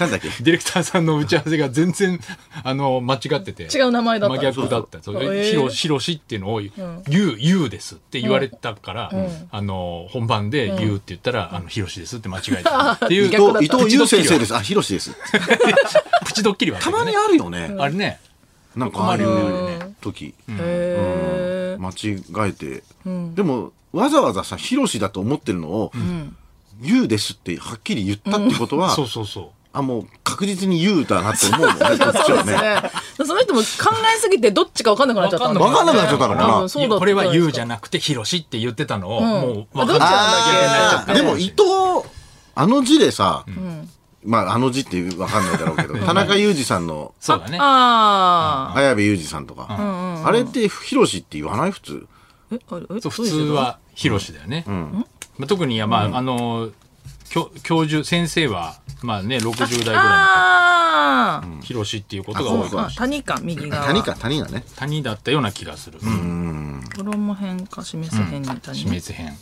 Speaker 2: なんだっけ
Speaker 1: ディレクターさんの打ち合わせが全然、 あの、間違ってて。
Speaker 3: 違う名前だった
Speaker 1: 真逆だった。そ
Speaker 3: そうへ
Speaker 1: れ、
Speaker 3: ー
Speaker 1: ひろ、ひろしっていうのを、ゆう、ゆうですって言われたから、あの、本番で、ゆうって言ったら、あの、ひろしですって間違えたっていう、
Speaker 2: 伊
Speaker 3: 逆だった
Speaker 2: 藤、伊藤優先生です。あ、広志です。
Speaker 1: プチドッキリはあったたけど
Speaker 2: ま
Speaker 1: ね
Speaker 2: にあるよね。
Speaker 1: あれね、
Speaker 2: なんか
Speaker 1: 困
Speaker 2: あ
Speaker 1: る
Speaker 2: る
Speaker 1: よね
Speaker 2: よ
Speaker 1: あれ
Speaker 2: ね。時。
Speaker 3: へ
Speaker 2: 間違えて。でも、わざわざさ、広志だと思ってるのを、ゆうですってはっきり言ったってことは
Speaker 1: そう、そうそう。
Speaker 2: あ、もう確実にゆうだなって思う もんね、こ
Speaker 3: ー
Speaker 2: っち
Speaker 3: そう
Speaker 2: は
Speaker 3: で
Speaker 2: ね。
Speaker 3: すねその人も考えすぎてどっちか分かんなくなっちゃった
Speaker 2: わかんなくなっちゃったのかな
Speaker 3: 多分そうだった
Speaker 1: これは言うじゃ
Speaker 3: ん
Speaker 1: なくて、ひろしって言ってたのを、
Speaker 3: ん
Speaker 1: もう分かっち
Speaker 2: あ
Speaker 1: ゃう
Speaker 2: あ
Speaker 1: んだけ
Speaker 2: で
Speaker 1: ど
Speaker 2: も
Speaker 1: ね
Speaker 2: 伊藤あの字でさ、まああの字って分かんないだ ろうけど田中裕二さんの
Speaker 1: そうだね。
Speaker 3: あ
Speaker 2: 綾部裕二さんとか、あれって「広しって言わない普通
Speaker 3: ーえあれえ
Speaker 1: そう
Speaker 3: ど
Speaker 1: 普
Speaker 3: ういう
Speaker 1: 通
Speaker 3: こと
Speaker 1: はひろしだよね。まあ、特に、まあ、あの、教教授、先生は、まあね、60代ぐら
Speaker 3: あ
Speaker 1: いの、ひろしっていうことが
Speaker 2: あ
Speaker 1: 多
Speaker 2: そ
Speaker 1: いうかも
Speaker 3: あ
Speaker 1: しれない。
Speaker 3: 谷か右側
Speaker 2: 谷か谷がね
Speaker 1: 谷だったような気がする。うん
Speaker 3: 衣変か示す変に谷
Speaker 1: 死
Speaker 3: ね
Speaker 1: 滅編。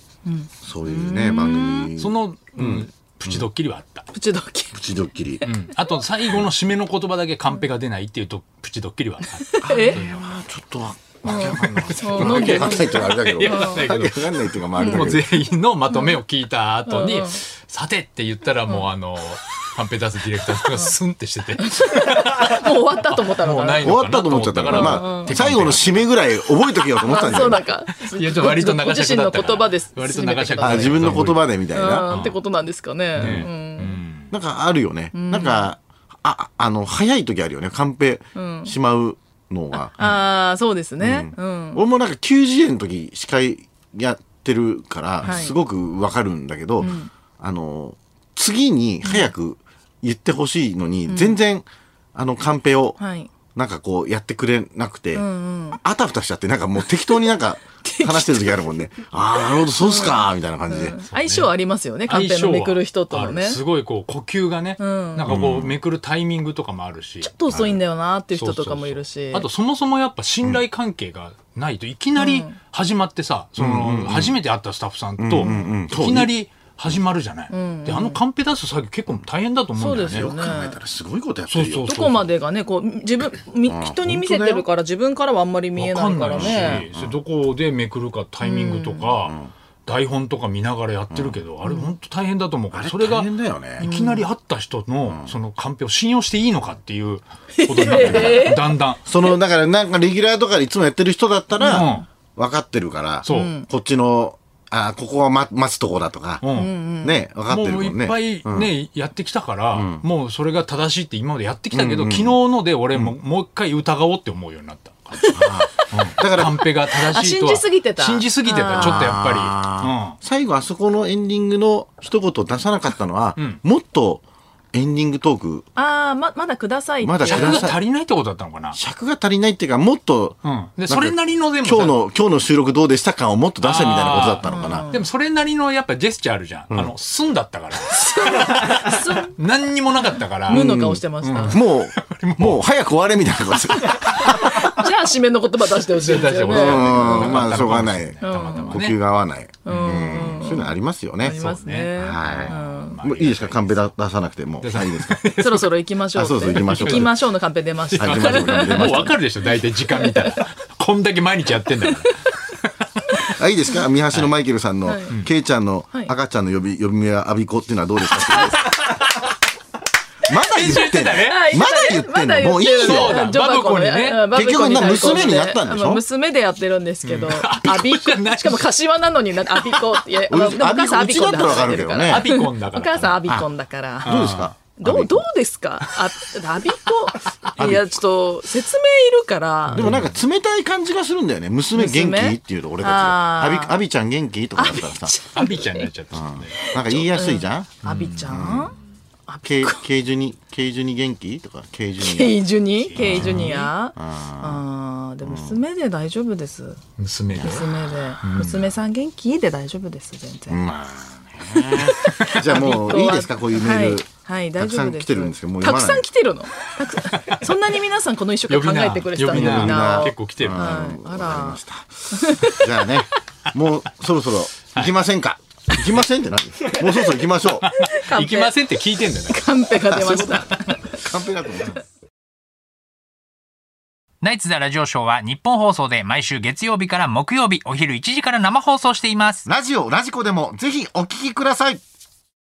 Speaker 2: そういうね番組
Speaker 1: その、うんプチドッキリはあった。
Speaker 3: プチドッキ
Speaker 2: プチドッキリ、
Speaker 1: うんあと、最後の締めの言葉だけカンペが出ないっていうと、プチドッキリはあった。
Speaker 3: リえ
Speaker 2: あちょっとわわけわかんない
Speaker 3: そう
Speaker 2: わ
Speaker 3: 飲ん
Speaker 2: け
Speaker 3: で
Speaker 2: わかんないっていうかあれだけど
Speaker 1: いやわかんないけど
Speaker 2: わけわかんないっていうかまああれだ
Speaker 1: もう
Speaker 2: けど
Speaker 1: 全員のまとめを聞いた後に、
Speaker 3: うんうん
Speaker 1: さてって言ったらもうあの、カンペ出すディレクターさんがスンってしてて、
Speaker 3: もう終わったと思ったの
Speaker 1: も
Speaker 3: か
Speaker 1: う
Speaker 3: な
Speaker 1: ない
Speaker 2: 終
Speaker 1: の
Speaker 2: わ
Speaker 1: かな
Speaker 2: った
Speaker 1: と
Speaker 2: と
Speaker 1: 思
Speaker 2: 思
Speaker 1: っ
Speaker 2: ったちゃった
Speaker 1: か
Speaker 2: から
Speaker 1: ら、手
Speaker 2: まあ
Speaker 1: カンペ
Speaker 2: 最後の締めぐらい覚えとけよと思ってたんじ
Speaker 3: あ
Speaker 2: ゃ
Speaker 3: そう
Speaker 2: な
Speaker 3: ないんか
Speaker 1: いや、ちょっと割と長尺だったから。
Speaker 3: ご自身の言葉で
Speaker 1: 割
Speaker 3: す
Speaker 1: と長尺
Speaker 3: あ
Speaker 2: あ自分の言葉でみたいな、
Speaker 3: うんってことなんですかねうん
Speaker 2: なんかあるよね。なんか、あ、あの、早い時あるよね。カンペしまうのが。
Speaker 3: ああそうですねうん
Speaker 2: 俺もなんか90円の時司会やってるから、
Speaker 3: はい
Speaker 2: すごくわかるんだけど、あの、次に早く言ってほしいのに、全然、あの、カンペを、
Speaker 3: はい
Speaker 2: なんかこうやってくれなくて、あたふたしちゃって、なんかもう 適当になんか話してる時あるもんね。ああ、なるほど、そうっすか、みたいな感じで。
Speaker 3: 相性ありますよねカンペのめくる人との
Speaker 1: 相性
Speaker 3: ね
Speaker 1: はあるす
Speaker 3: ちょ
Speaker 1: ごいこう、呼吸がね、なんかこう、めくるタイミングとかもあるし。
Speaker 3: っと遅いんだよなっていう人とかもいるし
Speaker 1: あとそもそもやっぱ信頼関係がないといきなり始まってさ、その初めて会ったスタッフさんといきなり始まるじゃない、であのカンペ出す作業結構大変だと思うんだよね
Speaker 3: そうですよね
Speaker 2: 考えたらすごいことやってるよ。
Speaker 1: そうそう
Speaker 3: どこまでがねこう自分み人に見せてるから自分からはあんまり見え
Speaker 1: わか
Speaker 3: ない
Speaker 1: ん
Speaker 3: か
Speaker 1: ない
Speaker 3: ら
Speaker 1: し、
Speaker 3: ね
Speaker 1: それどこでめくるかタイミングとか、台本とか見ながらやってるけど、あれ本当大変だと思うから、
Speaker 2: あれ
Speaker 1: それが
Speaker 2: 大変だよね
Speaker 1: いきなり会った人の、そのカンペを信用していいのかって いうことになってくる、だんだん。
Speaker 2: その、だからなんかレギュラーとかでいつもやってる人だったら、
Speaker 1: うん
Speaker 2: 分かってるから、
Speaker 1: そう
Speaker 2: こっちの、あここは待待つとこだとか、
Speaker 1: うん
Speaker 2: ね、分かってる
Speaker 1: もう
Speaker 2: も
Speaker 1: ん
Speaker 2: ね。
Speaker 1: いっぱいね、やってきたから、もうそれが正しいって今までやってきたけど、昨日ので俺も、もう一回疑おうって思うようになった。
Speaker 2: だから
Speaker 1: カ、ンペが正しいとは。
Speaker 3: あ信じすぎてた
Speaker 1: 信じすぎてた、ちょっとやっぱ
Speaker 2: あー最後あそこのエンディングの一言出さなかったのは、もっとエンディングトーク、
Speaker 3: ああままだくださいって
Speaker 2: まだ
Speaker 1: り。うん。
Speaker 2: くだ
Speaker 1: 尺
Speaker 2: さ
Speaker 1: が足りないってことだったのかな。
Speaker 2: 尺が足りないっていうか、もっと、
Speaker 1: うん。で、
Speaker 2: んか
Speaker 1: それなりのでもさ
Speaker 2: 今日の、今日の収録どうでした感をもっと出せみたいなことだったのかな。
Speaker 1: でもそれなりのやっぱジェスチャーあるじゃん。あの、すんだったから。 何にもなかったから。
Speaker 3: 無の顔してました、
Speaker 2: もう、 もう早く終われみたいなことです。
Speaker 3: じゃあ締めの言葉出してほしいですよ
Speaker 1: 出してほしい
Speaker 3: ね
Speaker 2: うんまあしょうがない
Speaker 1: たまたま
Speaker 2: 呼
Speaker 1: ね
Speaker 2: 吸が合わない。うんそういうのありますよね。
Speaker 3: ありますね
Speaker 2: は
Speaker 1: まあ
Speaker 2: い。もういいですかカンペだ出さなくても。はいいいですか
Speaker 3: そろそろ行きましょうって
Speaker 2: あそうそう行きましょう
Speaker 3: のカンペ出ました、
Speaker 2: はい出ましょう出ましょ
Speaker 1: もうわかるでしょ、大体時間見たら。こんだけ毎日やってんだから。
Speaker 2: あ、いいです か三橋のマイケルさんの、ケイちゃんの
Speaker 3: はい
Speaker 2: 赤ちゃんの呼び、呼び名はアビコっていうのはど うですかまだ言
Speaker 1: 先週言っ
Speaker 2: ってんの
Speaker 1: てたね
Speaker 3: あ今ね
Speaker 2: まだ言ってんのもういいよ
Speaker 1: そうだ
Speaker 3: ジョバ
Speaker 1: バブコ
Speaker 3: コに
Speaker 1: にね
Speaker 3: うんバブコ
Speaker 2: 結局な
Speaker 3: 対抗して
Speaker 2: 娘になったんでしょ
Speaker 3: まあ娘でやってるんですけど、ア ビコ
Speaker 1: じゃない
Speaker 3: しかも柏なのになんかアビコっていや
Speaker 2: 俺
Speaker 3: まあでもお母さ
Speaker 2: ア
Speaker 3: んア
Speaker 2: ビ
Speaker 3: ビ
Speaker 2: コ
Speaker 3: コって
Speaker 2: うちだった
Speaker 3: 話してる
Speaker 2: らわかるけど
Speaker 3: か
Speaker 2: ね
Speaker 3: ら
Speaker 1: アビコンだ
Speaker 3: お
Speaker 1: から。
Speaker 3: 母さんアビコンだから
Speaker 2: どうですか
Speaker 3: どうどうですかあ アビコいやちょっと説明いるから
Speaker 2: でもなんか冷たい感じがするんだよね。娘元気
Speaker 3: 娘
Speaker 2: っていうと俺たちが。
Speaker 3: あ
Speaker 2: ア
Speaker 3: ー
Speaker 2: ビ、アビちゃん元気とかだったらさ、
Speaker 1: アビちゃんになっちゃったんですよね。
Speaker 2: なんか言いやすいじゃん
Speaker 3: アビちゃん、あ
Speaker 2: ケイケイジュニケイジュニ元気とかケイジュ
Speaker 3: ケ
Speaker 2: ニ
Speaker 3: イジュニケイジュニアあーでも娘で大丈夫です
Speaker 1: 娘で。
Speaker 3: 娘で娘さん元気で大丈夫です全然
Speaker 2: まあねじゃあもういいですかこういうメール、
Speaker 3: はい、はい、
Speaker 2: た
Speaker 3: 大
Speaker 2: く
Speaker 3: 丈
Speaker 2: さ
Speaker 3: 夫
Speaker 2: ん
Speaker 3: です
Speaker 2: 来てるんですけどもう
Speaker 3: た
Speaker 2: 読
Speaker 3: く
Speaker 2: まない
Speaker 3: さん来てるのたくさんそんなに皆さんこの一生
Speaker 1: 呼
Speaker 3: 懸
Speaker 1: び
Speaker 3: 命
Speaker 1: 名
Speaker 3: 考えてくれてた
Speaker 2: 呼
Speaker 3: んだ呼
Speaker 2: び
Speaker 3: び
Speaker 2: 名
Speaker 3: 名を
Speaker 1: 結構来てるな。
Speaker 3: はいあら
Speaker 2: わかりました。 じゃあね、もうそろそろ行きませんか。行きませんって何？もうそろそろ行きまし ょう。
Speaker 3: カン
Speaker 1: 行き
Speaker 3: ペ
Speaker 1: ませんって聞いてんだよね。
Speaker 3: カンペが出ました
Speaker 2: 完璧だと思います。
Speaker 4: ナイツ・ザ・ラジオショーは日本放送で毎週月曜日から木曜日お昼1時から生放送しています。
Speaker 2: ラジオラジコでもぜひお聞きください。